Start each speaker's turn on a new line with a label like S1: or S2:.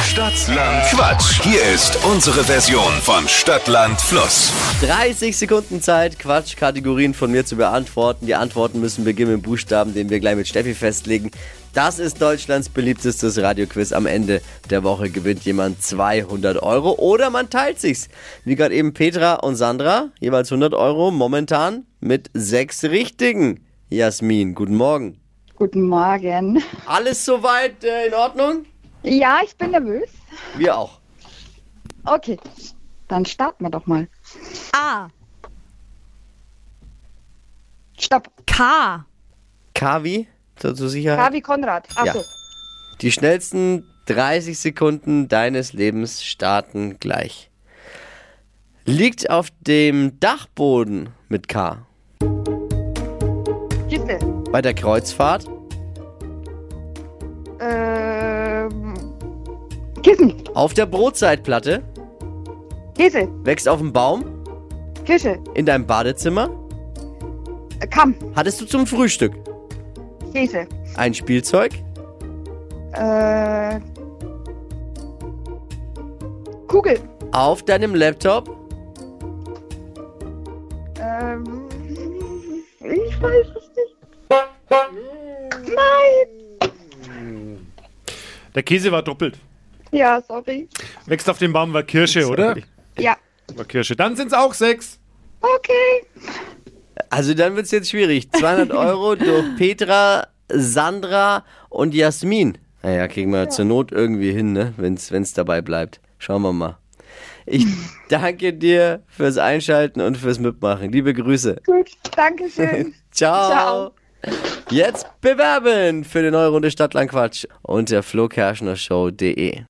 S1: Stadtland Quatsch. Hier ist unsere Version von Stadtland Fluss.
S2: 30 Sekunden Zeit, Quatschkategorien von mir zu beantworten. Die Antworten müssen beginnen mit Buchstaben, den wir gleich mit Steffi festlegen. Das ist Deutschlands beliebtestes Radioquiz. Am Ende der Woche gewinnt jemand 200 Euro oder man teilt sich's. Wie gerade eben Petra und Sandra, jeweils 100 Euro, momentan mit sechs Richtigen. Jasmin, guten Morgen.
S3: Guten Morgen.
S2: Alles soweit äh, in Ordnung?
S3: Ja, ich bin nervös.
S2: Wir auch.
S3: Okay, dann starten wir doch mal.
S4: A.
S3: Stopp.
S4: K.
S2: Kavi, zur zur Sicherheit.
S3: Kavi Konrad. Achso.
S2: Ja. Die schnellsten 30 Sekunden deines Lebens starten gleich. Liegt auf dem Dachboden mit K.
S3: Kiste.
S2: Bei der Kreuzfahrt.
S3: Ähm, Kissen.
S2: Auf der Brotzeitplatte.
S3: Käse.
S2: Wächst auf dem Baum.
S3: Küche.
S2: In deinem Badezimmer.
S3: Äh, Kamm.
S2: Hattest du zum Frühstück
S3: Käse.
S2: ein Spielzeug?
S3: Äh, Kugel.
S2: Auf deinem Laptop.
S3: Ähm, ich weiß es nicht. Nein.
S5: Der Käse war doppelt.
S3: Ja, sorry.
S5: Wächst auf dem Baum war Kirsche, oder?
S3: Ja.
S5: War Kirsche. Dann sind es auch sechs.
S3: Okay.
S2: Also dann wird's jetzt schwierig. 200 Euro durch Petra, Sandra und Jasmin. Naja, kriegen wir zur Not irgendwie hin, ne? wenn's wenn's dabei bleibt. Schauen wir mal. Ich danke dir fürs Einschalten und fürs Mitmachen. Liebe Grüße.
S3: Gut. Dankeschön.
S2: Ciao.
S3: Ciao.
S2: Jetzt bewerben für die neue Runde Stadtlandquatsch unter flokerschnershow.de.